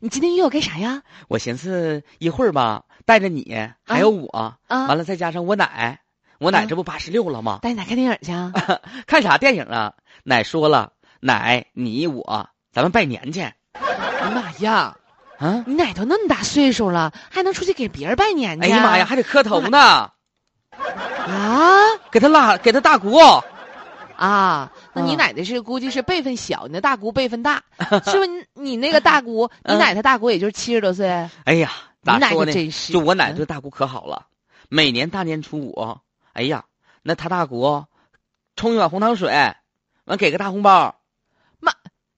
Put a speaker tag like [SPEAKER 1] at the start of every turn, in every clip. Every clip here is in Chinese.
[SPEAKER 1] 你今天约我干啥呀？
[SPEAKER 2] 我寻思一会儿吧，带着你还有我，
[SPEAKER 1] 啊
[SPEAKER 2] 完了再加上我奶，我奶
[SPEAKER 1] 啊
[SPEAKER 2] 这不八十六了吗？
[SPEAKER 1] 带你俩看电影去啊？
[SPEAKER 2] 看啥电影啊？奶说了，奶你我咱们拜年去
[SPEAKER 1] 哎呀妈呀，
[SPEAKER 2] 啊！
[SPEAKER 1] 你奶都那么大岁数了，还能出去给别人拜年去？
[SPEAKER 2] 哎呀妈呀，！还得磕头呢，
[SPEAKER 1] 啊
[SPEAKER 2] 给他拉给他大姑，
[SPEAKER 1] 啊，那你
[SPEAKER 2] 嗯
[SPEAKER 1] 奶奶是估计是辈分小，你的大姑辈分 大，是不是你？你那个大姑，你
[SPEAKER 2] 嗯
[SPEAKER 1] 奶她大姑也就是七十多岁，
[SPEAKER 2] 哎呀，
[SPEAKER 1] 你
[SPEAKER 2] 咋
[SPEAKER 1] 奶
[SPEAKER 2] 说
[SPEAKER 1] 可
[SPEAKER 2] 呢？
[SPEAKER 1] 真是。
[SPEAKER 2] 就我奶
[SPEAKER 1] 嗯
[SPEAKER 2] 对大姑可好了，每年大年初五，哎呀，那她大姑冲一碗红糖水，完给个大红包。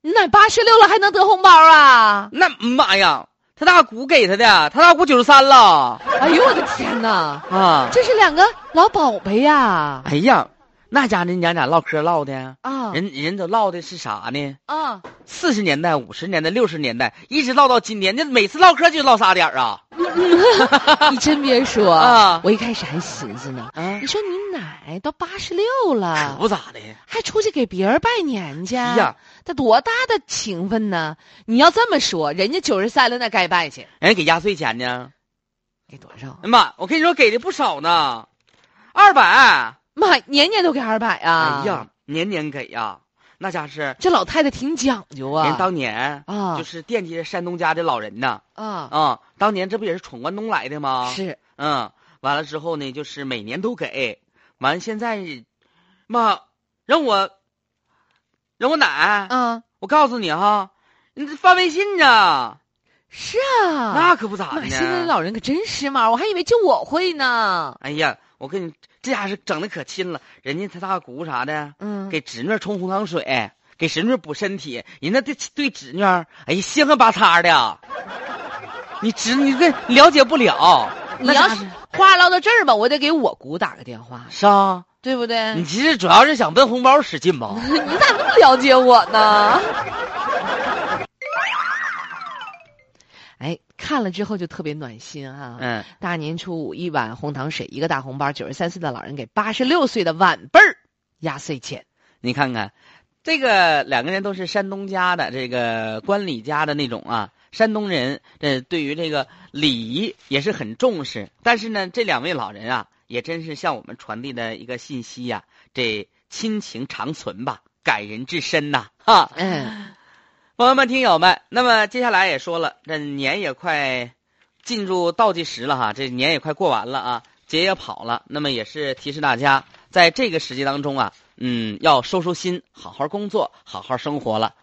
[SPEAKER 1] 你奶八十六了还能得红包啊？
[SPEAKER 2] 那妈呀，她大姑给她的，她大姑九十三了
[SPEAKER 1] 哎呦我的天哪，
[SPEAKER 2] 啊！
[SPEAKER 1] 这是两个老宝贝呀！
[SPEAKER 2] 哎呀，那家那娘俩唠嗑唠的，
[SPEAKER 1] 啊
[SPEAKER 2] 人人都唠的是啥呢？
[SPEAKER 1] 啊！
[SPEAKER 2] 四十年代、五十年代、六十年代，一直唠到今年，那每次唠嗑就唠仨点儿啊
[SPEAKER 1] 你真别说
[SPEAKER 2] 啊
[SPEAKER 1] 我一开始还寻思呢，
[SPEAKER 2] 啊
[SPEAKER 1] 你！说你奶都八十六
[SPEAKER 2] 可
[SPEAKER 1] 了，
[SPEAKER 2] 不咋的，
[SPEAKER 1] 还出去给别人拜年去？
[SPEAKER 2] 哎呀，，
[SPEAKER 1] 他多大的情分呢？你要这么说，人家九十三了，那该拜去，
[SPEAKER 2] 人家给压岁钱呢。
[SPEAKER 1] 给多少？
[SPEAKER 2] 哎妈，我跟你说给的不少呢，二百。
[SPEAKER 1] 妈，年年都给二百啊！
[SPEAKER 2] 哎呀，，年年给呀、那家是
[SPEAKER 1] 这老太太挺讲究啊。
[SPEAKER 2] 人当年
[SPEAKER 1] 啊
[SPEAKER 2] 就是惦记着山东家的老人呢
[SPEAKER 1] 啊
[SPEAKER 2] 啊，当年这不也是闯关东来的吗？，
[SPEAKER 1] 是
[SPEAKER 2] 嗯，完了之后呢，就是每年都给，完了现在，妈让我让我奶，
[SPEAKER 1] 啊
[SPEAKER 2] 我告诉你哈，你这发微信呢，
[SPEAKER 1] 是啊。
[SPEAKER 2] 那可不咋
[SPEAKER 1] 妈，
[SPEAKER 2] 的
[SPEAKER 1] 现在的
[SPEAKER 2] 呢。
[SPEAKER 1] 老人可真时髦，我还以为就我会呢。
[SPEAKER 2] 哎呀，我跟你这家是整的可亲了，人家他大姑啥的，
[SPEAKER 1] 嗯，
[SPEAKER 2] 给侄女冲红糖水，给侄女补身体，人家对对侄女，哎呀，稀罕巴叉的。你侄你这了解不了，
[SPEAKER 1] 你
[SPEAKER 2] 那
[SPEAKER 1] 要
[SPEAKER 2] 家
[SPEAKER 1] 是
[SPEAKER 2] 是
[SPEAKER 1] 话唠到这儿吧，我得给我姑打个电话，
[SPEAKER 2] 是啊？
[SPEAKER 1] 对不对？
[SPEAKER 2] 你其实主要是想奔红包使劲 吧？
[SPEAKER 1] 你咋那么了解我呢？哎，看了之后就特别暖心啊！
[SPEAKER 2] 嗯，
[SPEAKER 1] 大年初五一碗红糖水，一个大红包，九十三岁的老人给八十六岁的晚辈儿压岁钱。
[SPEAKER 2] 你看看，这个两个人都是山东家的，这个关礼家的那种啊，山东人，这对于这个礼仪也是很重视。但是呢，这两位老人啊，也真是向我们传递的一个信息呀、这亲情长存吧，感人至深呐、哈。
[SPEAKER 1] 嗯，
[SPEAKER 2] 朋友们、听友们，那么接下来也说了，这年也快进入倒计时了哈，这年也快过完了啊，节也跑了。那么也是提示大家，在这个时节当中啊，嗯，要收收心，好好工作，好好生活了。